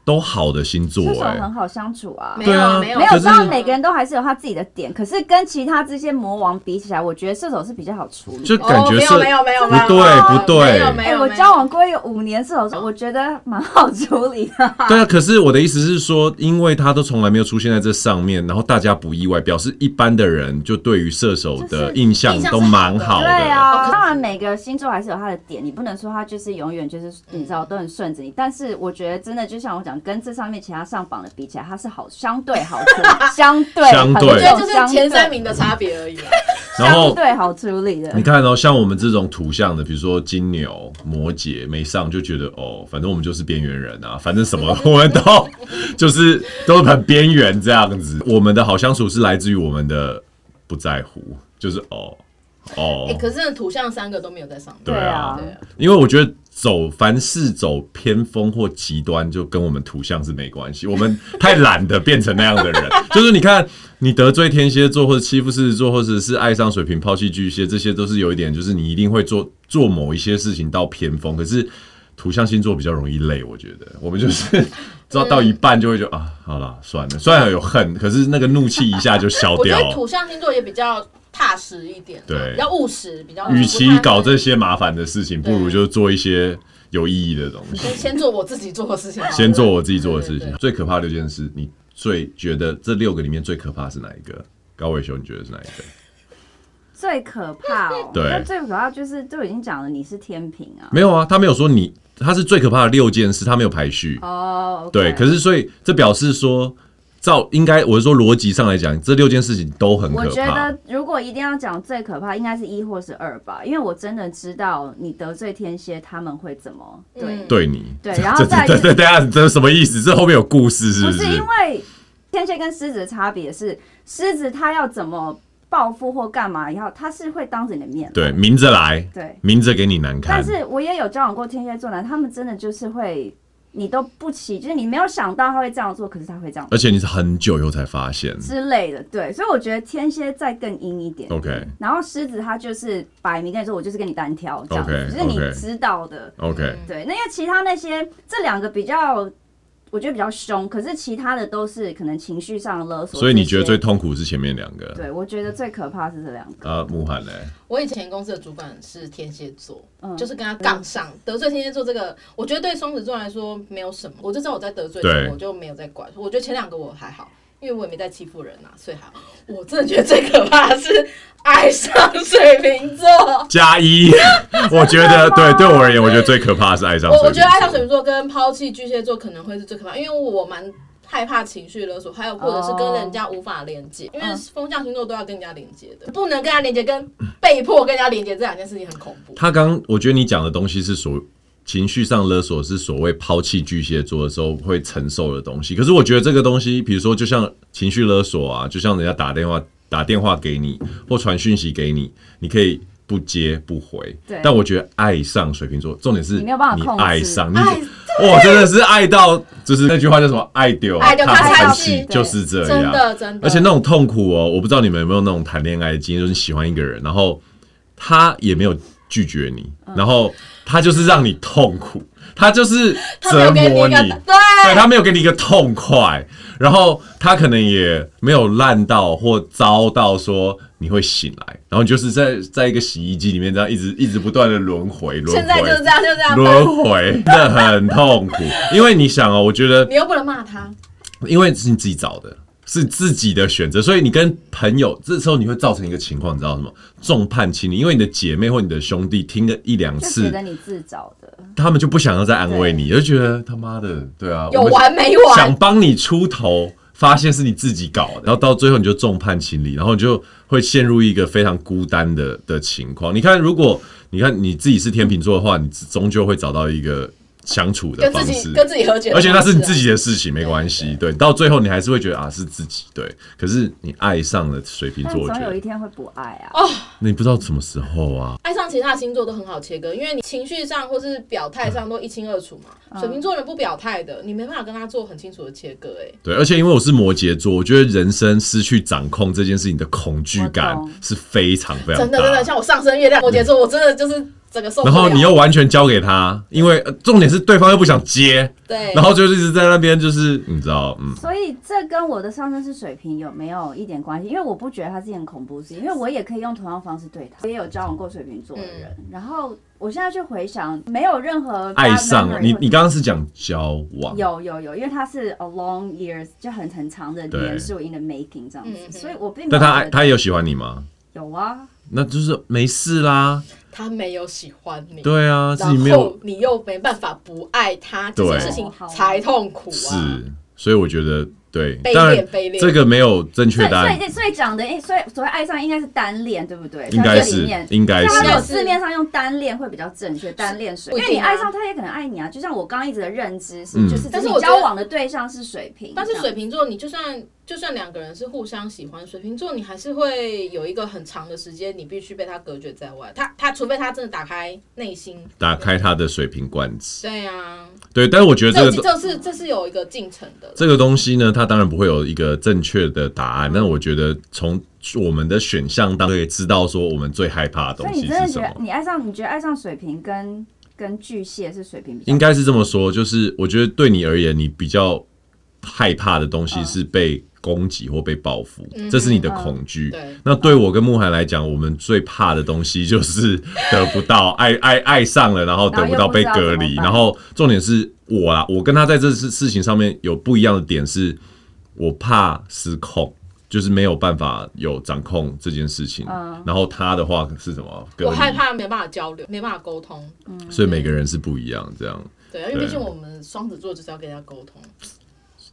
S1: 都好的星座、
S2: 射手
S1: 哎
S2: 很，好相处啊，
S3: 没
S1: 对啊
S3: 有没有
S2: 没
S1: 可
S2: 有，
S1: 是
S2: 当然每个人都还是有他自己的点，可是跟其他这些魔王比起来，我觉得射手是比较好处理。
S1: 就感觉
S3: 哦、
S1: 射
S3: 没有没有
S1: 不
S3: 没有
S1: 对
S3: 没有
S1: 不对
S3: 没有没
S2: 哎、
S3: 有，
S2: 我
S3: 没有
S2: 交往过一个五年射手座，我觉得蛮好处理的。
S1: 对啊，可是我的意思是说，因为他都从来没有出现在这上面，然后大家不意外，表示一般的人就对于射手
S2: 就是
S1: 的印象
S3: 印象
S1: 都
S3: 是好
S1: 蛮
S3: 的
S1: 好的。
S2: 对啊，
S3: 哦
S2: 当然每个星座还是有他的点，你不能说他就是永远就是你
S1: 嗯
S2: 知道都很顺着你。但是我觉得真的就像我讲，跟这上面其他上榜的比起来，他是好相对好处 理，相对
S1: 相对
S2: 很
S3: 我
S2: 有
S3: 觉得就是
S2: 相
S3: 前
S2: 对
S3: 三名的差别而已啦。
S1: 然后
S2: 相对好处理的
S1: 你。看哦，像我们这种土象的，比如说金牛、摩羯没上，就觉得哦，反正我们就是边缘人啊，反正什么 我们都就是都很边缘这样子。我们的好相处是来自于我们的不在乎，就是哦哦。
S3: 哎、可是真的土象三个都没有在上面。
S1: 对啊
S3: 对啊
S1: 因为我觉得走凡事走偏锋或极端，就跟我们图像是没关系。我们太懒得变成那样的人， 就是你看，你得罪天蝎座，或者欺负狮子座，或者是爱上水瓶、抛弃巨蟹，这些都是有一点，就是你一定会做做某一些事情到偏锋。可是图像星座比较容易累，我觉得我们就是到到一半就会觉得啊，好了，算了，虽然有恨，可是那个怒气一下就消
S3: 我觉
S1: 掉
S3: 得
S1: 了。
S3: 土象星座也比较踏实一点，
S1: 对
S3: 比较务实，比较
S1: 与其搞这些麻烦的事情，不如就做一些有意义的东西。
S3: 先先做我自己做的事情好
S2: 哦
S3: 了，
S1: 先做我自己做的事
S3: 对
S1: 情
S3: 对。
S1: 最可怕的六件事，你最觉得这六个里面最可怕是哪一个？高伟雄，你觉得是哪一个？
S2: 最可怕哦，
S1: 对
S2: 那最可怕就是都已经讲了，你是天平啊。
S1: 没有啊，他没有说你，他是最可怕的六件事，他没有排序。
S2: 哦，
S1: 对，可是所以这表示说，照应该我是说逻辑上来讲，这六件事情都很
S2: 我
S1: 可
S2: 觉
S1: 怕。
S2: 得如果一定要讲最可怕，应该是一或是二吧，因为我真的知道你得罪天蝎，他们会怎么对、
S3: 嗯
S1: 对你，
S2: 对，然后
S1: 这
S2: 再
S1: 这
S2: 就
S1: 这
S2: 是
S1: 这等一下这什么意思？这后面有故事是
S2: 不
S1: 是？
S2: 是因为天蝎跟狮子的差别是，狮子它要怎么报复或干嘛以后，它是会当着你的面
S1: 对，明着来，
S2: 对。
S1: 明着给你难堪。
S2: 但是我也有交往过天蝎座男，他们真的就是会，你都不期，就是你没有想到他会这样做，可是他会这样做
S1: 而且你是很久以后才发现。
S2: 之类的。对，所以我觉得天蝎再更阴一点。
S1: OK
S2: 然后狮子它就是摆明跟你说，我就是跟你单挑这样子
S1: OK，
S2: 就是你
S1: OK
S2: 知道的。
S1: OK，
S2: 对，那因为其他那些这两个比较，我觉得比较凶，可是其他的都是可能情绪上的勒索。
S1: 所以你觉得最
S2: 这些
S1: 痛苦是前面两个？
S2: 对，我觉得最可怕是这两个。
S1: 啊，慕寒嘞？
S3: 我以前公司的主管是天蝎座，
S2: 嗯
S3: 就是跟他杠上，得罪天蝎座这个，我觉得对双子座来说没有什么，我就知道我在得罪什
S1: 对
S3: 么，我就没有在管。我觉得前两个我还好，因为我也没在欺负人啊，所以还好。我真的觉得最可怕的是爱上水瓶座。
S1: 加一， 我觉得对对我而言，我觉得最可怕的是爱上水瓶
S3: 我
S1: 座。
S3: 我觉得爱上水瓶座跟抛弃巨蟹座可能会是最可怕，因为我蛮害怕情绪勒索，还有或者是跟人家无法连接，因
S2: 哦
S3: 为风象星座都要跟人家连接的，不能跟人家连接，跟被迫跟人家连接这两件事情很恐怖。
S1: 他刚，我觉得你讲的东西是所情绪上勒索，是所谓抛弃巨蟹座的时候会承受的东西。可是我觉得这个东西，比如说就像情绪勒索啊，就像人家打电话打电话给你或传讯息给你，你可以。不不接不回
S2: 对。
S1: 但我觉得爱上水瓶座，重点是
S2: 你没有办法
S1: 你
S2: 控制
S1: 爱上，你
S3: 哎，
S1: 哇，真的是爱到，就是那句话叫什么？爱丢，
S3: 爱丢
S1: 他
S3: 他
S1: 看
S3: 看
S1: 戏
S3: 戏，
S1: 就是这
S3: 真
S1: 样。
S3: 的真的，
S1: 而且那种痛苦哦，我不知道你们有没有那种谈恋爱的经验，就是你喜欢一个人，然后他也没有拒绝你，然后他就是让你痛苦，他就是
S3: 他没有
S1: 折
S3: 给你
S1: 磨
S3: 一个
S1: 你。对他没有给你一个痛快，然后他可能也没有烂到或糟到说你会醒来，然后你就是在在一个洗衣机里面这样一直一直不断的轮回，轮回，
S3: 现在就是这样，就这样。
S1: 轮回，真的很痛苦。因为你想哦，我觉得
S3: 你又不能骂他，
S1: 因为是你自己找的，是自己的选择，所以你跟朋友这时候你会造成一个情况，你知道什么？众叛亲离，因为你的姐妹或你的兄弟听个一两
S2: 就觉
S1: 次，
S2: 得你自找的，
S1: 他们就不想要再安慰你，就觉得他妈的，对啊，
S3: 有
S1: 我们
S3: 完没
S1: 想
S3: 完？
S1: 帮你出头，发现是你自己搞的，然后到最后你就众叛亲离，然后你就会陷入一个非常孤单的的情况。你看，如果你看你自己是天秤座的话，你终究会找到一个相处的
S3: 跟
S1: 方
S3: 自
S1: 式
S3: 己，跟自己和解的
S1: 而
S3: 方式
S1: 且
S3: 啊，
S1: 那是你自己的事情，没关系。对，到最后你还是会觉得啊是自己对，可是你爱上了水瓶
S2: 但
S1: 座，我觉
S2: 总有一
S1: 得
S2: 天会不爱啊。
S1: 你不知道什么时候啊。
S3: 爱上其他星座都很好切割，因为你情绪上或是表态上都一清二楚嘛。水瓶座人不表态的，你没办法跟他做很清楚的切割、哎，
S1: 对，而且因为我是摩羯座，我觉得人生失去掌控这件事情的恐惧感
S2: 我懂
S1: 是非常非常大
S3: 真的真的，像我上升月亮摩羯座，我真的就是整个受不
S1: 啊然
S3: 了。
S1: 后你又完全交给他，因为、呃重点是对方又不想接，
S3: 对，
S1: 然后就一直在那边就是你知道，嗯，
S2: 所以这跟我的上升是水平有没有一点关系？因为我不觉得他是一件很恐怖的事情，因为我也可以用同样的方式对他。我也有交往过水瓶座的人，然后我现在去回想，没有任何
S1: 爱上了
S2: bad memory
S1: 你
S2: 或。者
S1: 你刚刚是讲交往，
S2: 有有有，因为他是 a long years 就很很长的
S1: 对
S2: 年数 in the making 这样
S3: 嗯
S2: 子，
S3: 嗯
S2: 所以我并没
S1: 但
S2: 有
S1: 他
S2: 觉
S1: 爱
S2: 得
S1: 他也有喜欢你吗？
S2: 有啊，
S1: 那就是没事啦，
S3: 他没有喜欢你，
S1: 对啊，自己没
S3: 然后
S1: 有
S3: 你又没办法不爱他，这
S1: 对
S3: 件事情才痛苦啊。
S1: 是，所以我觉得对，
S3: 卑
S1: 当
S3: 劣
S1: 然
S3: 卑劣，
S1: 这个没有正
S2: 所
S1: 确
S2: 以
S1: 答
S2: 所
S1: 案，
S2: 以所以讲的，所以所谓爱上应该是单恋，对不对？
S1: 应该
S2: 在这里
S1: 是
S2: 面
S1: 应该
S2: 像他没有
S1: 是，
S2: 字面上用单恋会比较正确，单恋水，
S3: 不一
S2: 因
S3: 定啊
S2: 为你爱上他也可能爱你啊。就像我刚刚一直的认知是，
S1: 嗯
S2: 就是
S3: 但是
S2: 你
S3: 我觉得
S2: 交往的对象是水瓶，
S3: 但是
S2: 这样
S3: 水瓶座，你就算就算两个人是互相喜欢，水瓶座你还是会有一个很长的时间，你必须被他隔绝在外。他他除非他真的打开内心，
S1: 打开他的水瓶罐子，
S3: 对啊，
S1: 对，但是我觉得这个
S3: 这这是这是有一个进程的。
S1: 这个东西呢，它当然不会有一个正确的答案。那我觉得从我们的选项当中可以知道说我们最害怕的
S2: 所
S1: 东
S2: 以你
S1: 西
S2: 真的
S1: 是什
S2: 觉得
S1: 么。
S2: 你爱上，你觉得爱上水瓶跟跟巨蟹是水瓶比较
S1: 应该是这么说，就是我觉得对你而言，你比较害怕的东西是被攻击或被报复，
S3: 嗯
S1: 这是你的恐惧。
S3: 对，
S1: 那对我跟慕寒来讲，我们最怕的东西就是得不到，爱爱爱上了，然后得不到被隔离，然
S2: 然后又
S1: 后
S2: 不知道怎么办
S1: 重点是我啊，我跟他在这事事情上面有不一样的点是，我怕失控。就是没有办法有掌控这件事情，
S2: 嗯
S1: 然后他的话是什么？隔
S3: 我害
S1: 离，
S3: 怕没办法交流，没办法沟通。
S1: 所以每个人是不一样，这样
S3: 对啊，因为
S1: 对
S3: 毕竟我们双子座就是要跟人家沟通。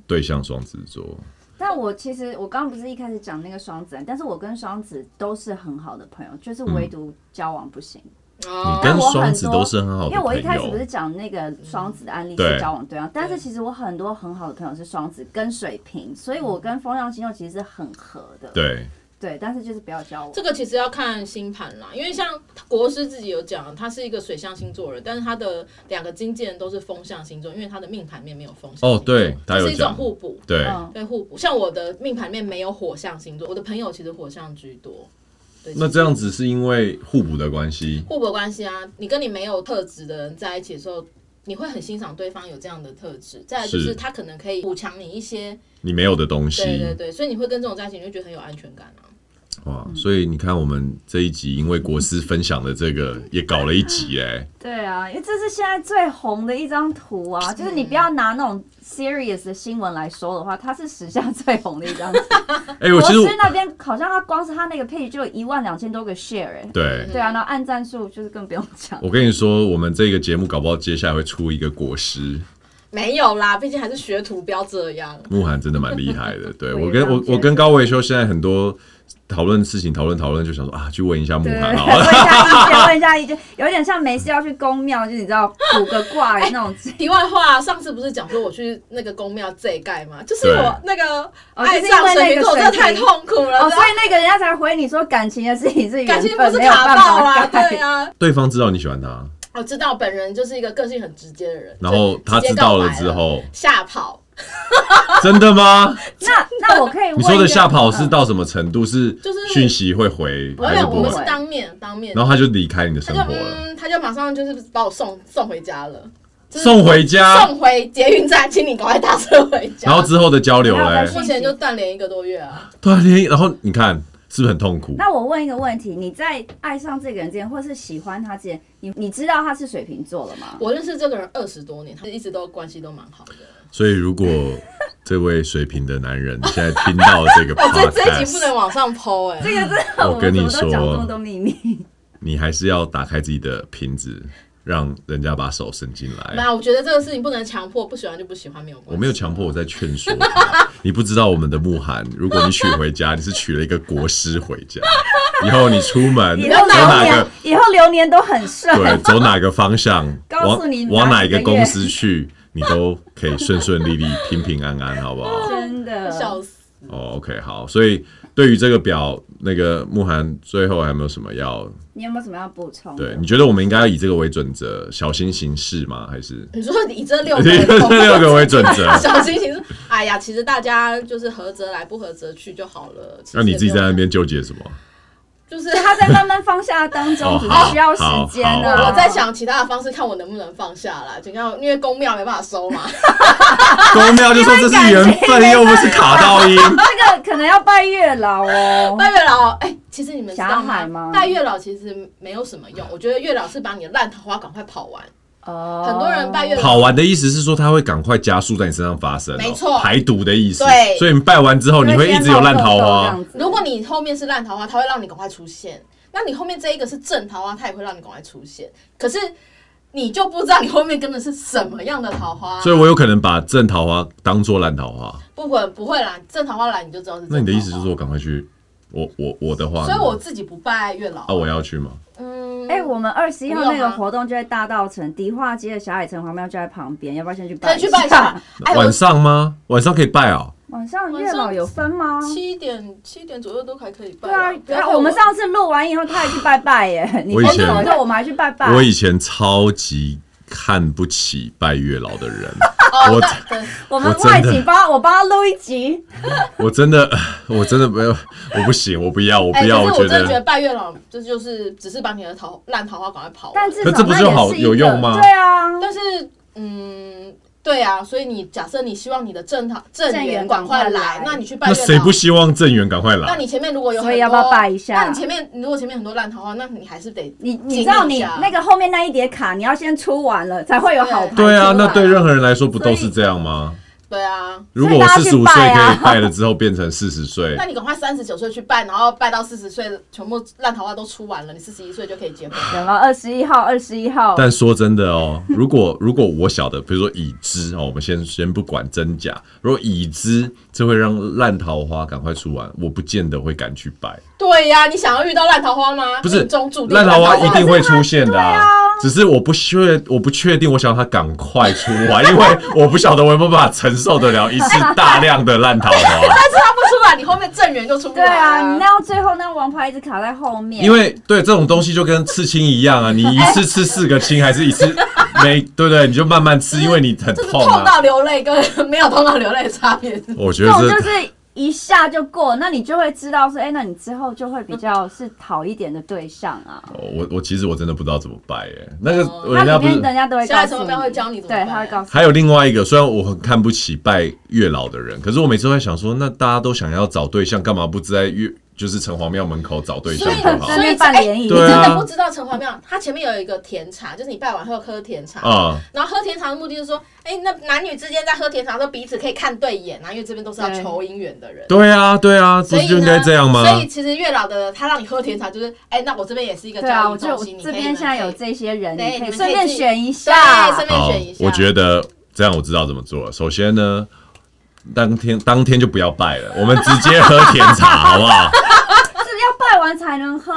S1: 对象双子座，
S2: 但我其实我刚刚不是一开始讲那个双子，啊但是我跟双子都是很好的朋友，就是唯独交往不行。
S1: 你
S3: 哦
S1: 跟
S2: 但我
S1: 嗯
S2: 很
S1: 双子
S2: 多
S1: 都是很好
S2: 因
S1: 的
S2: 为我
S1: 朋
S2: 一开始不
S1: 友
S2: 是，讲那个双子的案例
S1: 对
S2: 是交往对象，但是其实我很多很好的朋友是双子跟水瓶，所以我跟风象星座其实是很合的。
S1: 对，
S2: 对，但是就是不要交往。
S3: 这个其实要看星盘啦，因为像国师自己有讲，他是一个水象星座人，但是他的两个经纪人都是风象星座，因为他的命盘里面没有风象星座。
S1: 哦，对，他
S3: 这
S1: 有
S3: 是一种
S1: 讲，
S3: 互补。
S1: 对，
S2: 嗯
S3: 对互补，像我的命盘里面没有火象星座，我的朋友其实火象居多。对，
S1: 那
S3: 其实
S1: 这样子是因为互补的关系，
S3: 互补的关系啊，你跟你没有特质的人在一起的时候，你会很欣赏对方有这样的特质，再来就是是他可能可以补强你一些，
S1: 你没有的东西，
S3: 对对对，所以你会跟这种在一起，你会觉得很有安全感啊。
S1: 哇，所以你看，我们这一集因为国师分享的这 个，也搞了一集哎、
S2: 对啊，因为这是现在最红的一张图啊，就是你不要拿那种 serious 的新闻来说的话，它是史上最红的一张图。
S1: 哎、我
S2: 国
S1: 其实我
S2: 师那边好像他光是他那个 page 就有一万两千多个 share 哎、
S1: 对，
S2: 对啊，然后按赞数就是更不用讲。
S1: 我跟你说，我们这个节目搞不好接下来会出一个国师，
S3: 没有啦，毕竟还是学徒，不要这样。
S1: 慕寒真的蛮厉害的。对
S2: 我也
S1: 我跟
S2: 这样
S1: 我
S2: 觉得
S1: 我跟高维修现在很多讨论事情，讨论讨论，就想说啊，去问一下木
S2: 对，
S1: 涵
S2: 问
S1: 好
S2: 一
S1: 了。
S2: 下意见，问一下意见，有点像没事要去公庙，就你知道卜个卦那 种。
S3: 题外话，上次不是讲说我去那个宫庙这一盖吗？就是
S1: 对
S3: 我那个
S2: 哦
S3: 爱上水瓶座，
S2: 就是因为那个水瓶
S3: 真的太痛苦了。
S2: 哦，所
S3: 知道吗
S2: 以那个人家才回你说感情的事情是缘
S3: 感情不
S2: 分，
S3: 是
S2: 没有
S3: 卡
S2: 办
S3: 爆啦，
S2: 法改。
S3: 对啊。
S1: 对方知道你喜欢他，
S3: 我哦知道本人就是一个个性很直接的人，
S1: 然后
S3: 就
S1: 他
S3: 直接
S1: 知
S3: 告
S1: 道了
S3: 白
S1: 之 后，
S3: 吓跑，
S1: 真的吗？
S2: 那那我可以问
S1: 你说的
S2: 一个
S1: 吓跑是
S2: 嗯
S1: 到什么程度？是
S3: 就是
S1: 讯息会回
S3: 而
S1: 还
S3: 且
S1: 是
S3: 我
S1: 不
S3: 们
S1: 回
S3: 是？当面当面，
S1: 然后他就离开你的
S3: 他
S1: 生
S3: 就
S1: 活了，
S3: 嗯，他就马上就是把我送送回家了，就是
S1: 送回家，
S3: 送回捷运站，请你赶快搭车回家。
S1: 然后之后的交流
S2: 然后
S1: 嘞
S2: 再，说
S3: 目前就断联一个多月啊，
S1: 对啊，连然后你看是不是很痛苦？
S2: 那我问一个问题，你在爱上这个人之前，或是喜欢他之前，你你知道他是水瓶座了吗？
S3: 我认识这个人二十多年，他一直都关系都蛮好的。
S1: 所以如果这位水平的男人现在听到这个
S3: 哦，这这一集不
S1: podcast，
S3: 能往上剖哎、
S2: 这个真的，
S1: 我
S2: 我
S1: 跟
S2: 们
S1: 你
S2: 怎么都讲
S1: 说
S2: 这么多秘密。
S1: 你还是要打开自己的瓶子，让人家把手伸进来
S3: 没。有，我觉得这个事情不能强迫，不喜欢就不喜欢，没有关系。
S1: 我没有强迫，我在劝说他。你不知道我们的慕寒，如果你娶回家，你是娶了一个国师回家，以后你出门
S2: 以
S1: 走
S2: 后流
S1: 哪
S2: 年
S1: 个，
S2: 以后流年都很顺。
S1: 对，走哪个方向，
S2: 告诉你
S1: 往往哪一个
S2: 哪一个月
S1: 公司去，你都可以顺顺利利、平平安安，好不好？
S2: 真的，
S3: 笑死。
S1: 哦，OK，好。所以对于这个表，那个慕寒最后还有没有什么要？
S2: 你有没有什么要补充的？
S1: 对，你觉得我们应该要以这个为准则，小心行事吗？还是
S3: 你说以这 六
S1: 以
S3: 个
S1: 这六个为准则？
S3: 小心情是，哎呀，其实大家就是合则来，不合则去就好了。
S1: 那你自己在那
S3: 边
S1: 边纠结什么？
S3: 就是。
S2: 他在慢慢放下当中
S1: 哦，
S2: 只是需要时间
S1: 好好
S2: 啊。
S1: 好
S3: 我在，想其他的方式，看我能不能放下啦。就像因为公庙没办法收嘛，
S1: 公庙就说这是缘分，又不是卡到 音。
S2: 这个可能要拜月老哦。
S3: 拜月老，哎、其实你们知道
S2: 霞海吗
S3: 拜月老其实没有什么用，我觉得月老是把你的烂桃花赶快跑完。
S2: 哦
S3: 很多人拜月老
S1: 跑完的意思是说，它会赶快加速在你身上发生哦、
S3: 没错
S1: 排毒的意思。
S3: 对
S1: 所以你拜完之哦后，你会一直有烂桃
S2: 因为今天冒痘痘这
S1: 花
S2: 样。子
S3: 如果你后面是烂桃花，它会让你赶快出现；那你后面这一个是正桃花，它也会让你赶快出现。可是你就不知道你后面跟的是什么样的桃花，
S1: 所以我有可能把正桃花当做烂桃花。
S3: 不管不会啦，正桃花来你就知道是正桃花。
S1: 那你的意思就是说，赶快去？我我我的话呢，
S3: 所以我自己不拜月老。
S1: 啊，我要去吗？
S3: 嗯，
S2: 哎，我们二十一号
S3: 不
S2: 那
S3: 用
S2: 个
S3: 啊
S2: 活动就在大道城迪化街的小海城隍庙就在旁边，要不要先去
S3: 可
S2: 拜？
S3: 以去拜一下。。哎，我
S1: 晚上吗？晚上可以拜哦。
S2: 晚上月老有分吗？
S3: 七点七点左右都还可以拜
S2: 对啊，
S3: 啦。不要
S2: 然
S3: 太
S2: 后
S3: 晚
S2: 我们上次录完以后，他还去拜 拜耶。你
S1: 我以前
S2: 录完之后，我们还去拜拜。
S1: 我以前超级看不起拜月老的人，
S3: 哦
S1: 我
S3: 那对
S2: 我们
S1: 我真的
S2: 外景帮他我帮他录一集，
S1: 我真的我真的没有，我不行，我不要，我
S3: 哎，
S1: 不要，
S3: 可是
S1: 觉
S3: 我真的觉得
S1: 得。
S3: 拜月老，这就是只是把你的桃烂桃花赶快跑完。
S2: 但至
S1: 可
S2: 少
S1: 这不
S2: 那
S1: 就
S2: 也
S1: 好
S2: 是一
S1: 有
S2: 个
S1: 用吗
S2: 对啊，
S3: 但是，嗯，对啊，所以你假设你希望你的正堂正
S2: 正
S3: 缘
S2: 缘
S3: 赶快
S2: 赶快
S3: 来
S2: 来，
S3: 那你去拜
S1: 那
S3: 月老。
S1: 谁不希望正缘赶快
S3: 那
S1: 来？
S3: 你前面如果有很多，
S2: 所以要不要拜一下
S3: 那你前面如果前面很多烂桃花，那你还是得
S2: 你你知道
S3: 尽力一
S2: 你
S3: 下
S2: 那个后面那一叠卡，你要先出完了才会有好牌。
S1: 对啊，
S3: 排除
S1: 那
S3: 啊
S1: 对任何人来说不都是这样吗？
S3: 对啊。
S1: 如果我
S2: 所
S1: 四
S2: 以大家
S1: 十
S2: 去
S1: 五岁
S2: 拜
S1: 可
S2: 啊
S1: 以拜了之后变成四十岁
S3: 那，你赶快三十九岁去拜，然后拜到四十岁，全部烂桃花都出完了，你四十一岁就可以结婚。
S2: 有没有？二十一号，二十一号，
S1: 但说真的哦，如果如果我晓得，比如说已知哦，我们先先不管真假，如果已知，这会让烂桃花赶快出完，我不见得会敢去拜。
S3: 对呀、你想要遇到烂桃花吗？
S1: 不是
S3: 命中注定
S1: 烂桃花
S3: 烂
S1: 一定会出现的、
S2: 对啊
S1: 只是我不确我不确定，我想让它赶快出完，因为我不晓得我有没有办法承受得了一次大量的烂桃 花。
S3: 但是他不出来，你后面正缘就出不
S2: 对
S3: 来、
S2: 啊，你那样最后那王牌一直卡在后面，
S1: 因为对这种东西就跟刺青一样啊，你一次吃四个青，还是一次没对不对？你就慢慢吃，因为你很
S3: 嗯就是
S1: 痛
S3: 痛
S1: 啊。
S3: 到流泪跟没有痛到流泪的差别。
S1: 我觉
S2: 这
S1: 得
S2: 种
S1: 这
S2: 就是一下就过，那你就会知道说，哎，那你之后就会比较是好一点的对象啊。
S1: 哦我我其实我真的不知道怎么拜哎、那个、
S3: 哦
S1: 人
S2: 那
S1: 家
S2: 里
S1: 不是
S2: 面人家都会
S3: 现在
S2: 告
S3: 什
S2: 诉
S3: 么
S2: 你，
S3: 庙会教你怎么
S2: 对，
S3: 办
S2: 他会告诉
S1: 还有另外一个，虽然我很看不起拜月老的人，可是我每次都在想说，那大家都想要找对象，干嘛不在月就是城隍庙门口找对象
S3: 所以
S1: 就好
S2: 在
S3: 所以
S2: 那办
S3: 哎
S2: 联谊
S3: 你
S1: 对
S3: 真
S1: 啊
S3: 的不知道城隍庙，它前面有一个甜茶，就是你拜完后喝甜茶。
S1: 啊？
S3: 然后喝甜茶的目的就是说，哎，那男女之间在喝甜茶的时候彼此可以看对眼啊，因为这边都是要
S2: 对
S3: 求姻缘的人，
S1: 对啊，对啊，不
S3: 所以
S1: 是就
S3: 呢，
S1: 应该这样吗？
S3: 所以其实月老的他让你喝甜茶，就是哎，那我这边也是一个
S2: 你。对啊，
S3: 交
S2: 我
S3: 易
S2: 就
S3: 中
S2: 我
S3: 心，你
S2: 这
S3: 可以
S2: 边现在有
S3: 你可以
S2: 这些人，
S3: 对
S2: 你可
S3: 你
S2: 以
S3: 们
S2: 顺
S3: 可
S2: 便
S3: 以自己
S2: 选一
S3: 对，
S2: 下
S3: 顺。便
S1: 好
S3: 选一，下。
S1: 我觉得这样我知道怎么做了。首先 呢，当天当天就不要拜了，我们直接喝甜茶好不好？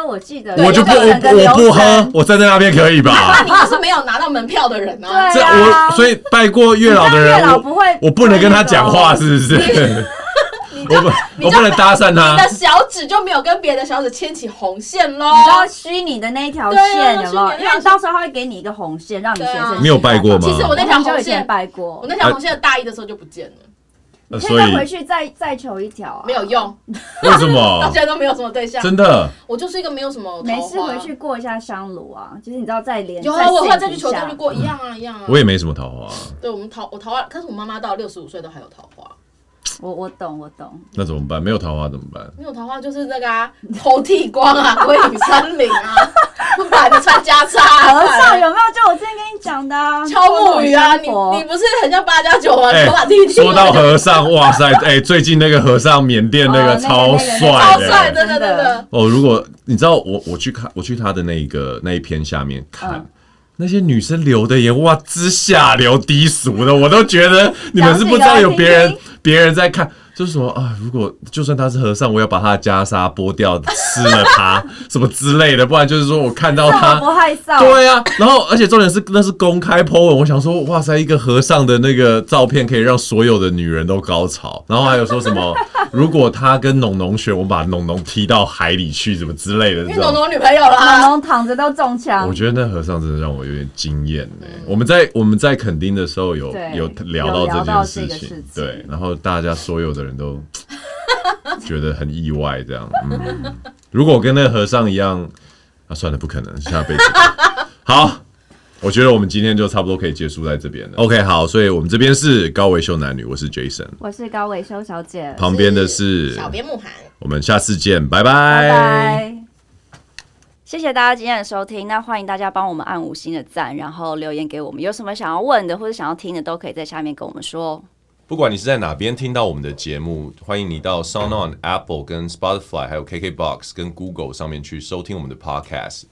S2: 我记得
S1: 我就不我
S2: 整个
S1: 我不
S2: 流程
S1: 喝，我站在那边可以
S3: 那
S1: 吧？
S3: 你就是没有拿到门票的人啊！
S1: 这
S2: 对啊
S1: 我所以拜过月老的
S2: 你知道
S1: 人，
S2: 月老不
S1: 我
S2: 会
S1: 我不能跟他讲话，是不是？ 我不我不能搭讪
S3: 你的
S1: 他。
S3: 小指就没有跟别的小指牵起红线喽。
S2: 你知道虚拟的那一条线
S3: 哦对啊
S2: 有没有
S3: 虚拟的那条？线
S2: 因为到时候他会给你一个红线，让你学
S3: 对啊
S2: 生
S1: 你有拜过吗
S3: 其实我
S2: 我
S3: 那条红线，
S2: 拜
S3: 我
S2: 过，
S3: 那条红线大一的时候就不见了，
S1: 呃
S2: 可以
S1: 所以
S2: 再回去再再求一条啊。
S3: 没有用，
S1: 为什
S3: 到
S1: 么
S3: 现在都没有什么对象。
S1: 真的？
S3: 我就是一个没有什么桃
S2: 没
S3: 花
S2: 事，回去过一下香炉啊，就是你知道再连
S3: 有
S2: 再
S3: 啊，我后来再
S2: 信
S3: 去
S2: 一
S3: 求
S2: 下
S3: 证去过一样啊，一样啊。
S1: 我也没什么桃花，
S3: 对我们桃我桃花，可是我妈妈到六十五岁都还有桃花，
S2: 我我懂我懂，
S1: 那怎么办？没有桃花怎么办？
S3: 没有桃花就是那个啊，头剃光 啊，归隐山林啊，不然你穿袈裟啊、
S2: 和尚有没有？就我之前跟你讲的啊
S3: 敲木鱼啊，你
S2: 过
S3: 你
S2: 那种
S3: 不是很像八加九吗？
S1: 哎
S3: 你头发剃剃，
S1: 说到和尚，哇塞，哎，最近那个和尚，缅甸那
S2: 哦
S1: 个
S2: 那个
S1: 超
S3: 超
S1: 帅的，
S3: 帅，真的真
S2: 真的
S3: 的。
S1: 哦，如果你知道我我去看我去他的那个那一篇下面看。
S2: 嗯
S1: 那些女生流的眼，哇，之下流低俗的，我都觉得你们是不知道有别
S2: 讲
S1: 人
S2: 几
S1: 别人在看，就是什么啊，如果就算他是和尚，我要把他的袈裟剥掉，吃了他什么之类的，不然就是说我看到
S2: 这么
S1: 他，
S2: 不害臊，
S1: 对啊，然后而且重点是那是公开 po 文，我想说，哇塞，一个和尚的那个照片可以让所有的女人都高潮，然后还有说什么，如果他跟农农选，我们把农农踢到海里去，什么之类的，
S3: 因
S1: 这
S3: 为农
S1: 种。
S3: 农女朋友
S2: 龙
S3: 啦，
S2: 龙躺着都中枪
S1: 啊我。觉得那和尚真的让我有点惊艳呢。我们在我们在垦丁的时候有
S2: 对
S1: 有聊
S2: 有聊
S1: 到
S2: 到
S1: 这件
S2: 这个
S1: 事
S2: 事
S1: 情
S2: 情，
S1: 对，然后大家所有的人都 觉得很意外，这样。嗯，如果我跟那个和尚一样，啊，算了，不可能，下辈子 吧。好。我觉得我们今天就差不多可以结束在这边了。OK，好，所以我们这边是高维修男女，我是 Jason，
S2: 我是高维修小姐，
S1: 旁边的是，
S3: 小编慕寒。
S1: 我们下次见，拜
S2: 拜拜。谢谢大家今天的收听，那欢迎大家帮我们按五星的赞，然后留言给我们，有什么想要问的或者想要听的，都可以在下面跟我们说哦。
S1: 不管你是在哪边听到我们的节目，欢迎你到 SoundOn、Apple、跟 Spotify、还有 KKBox、跟 Google 上面去收听我们的 Podcast。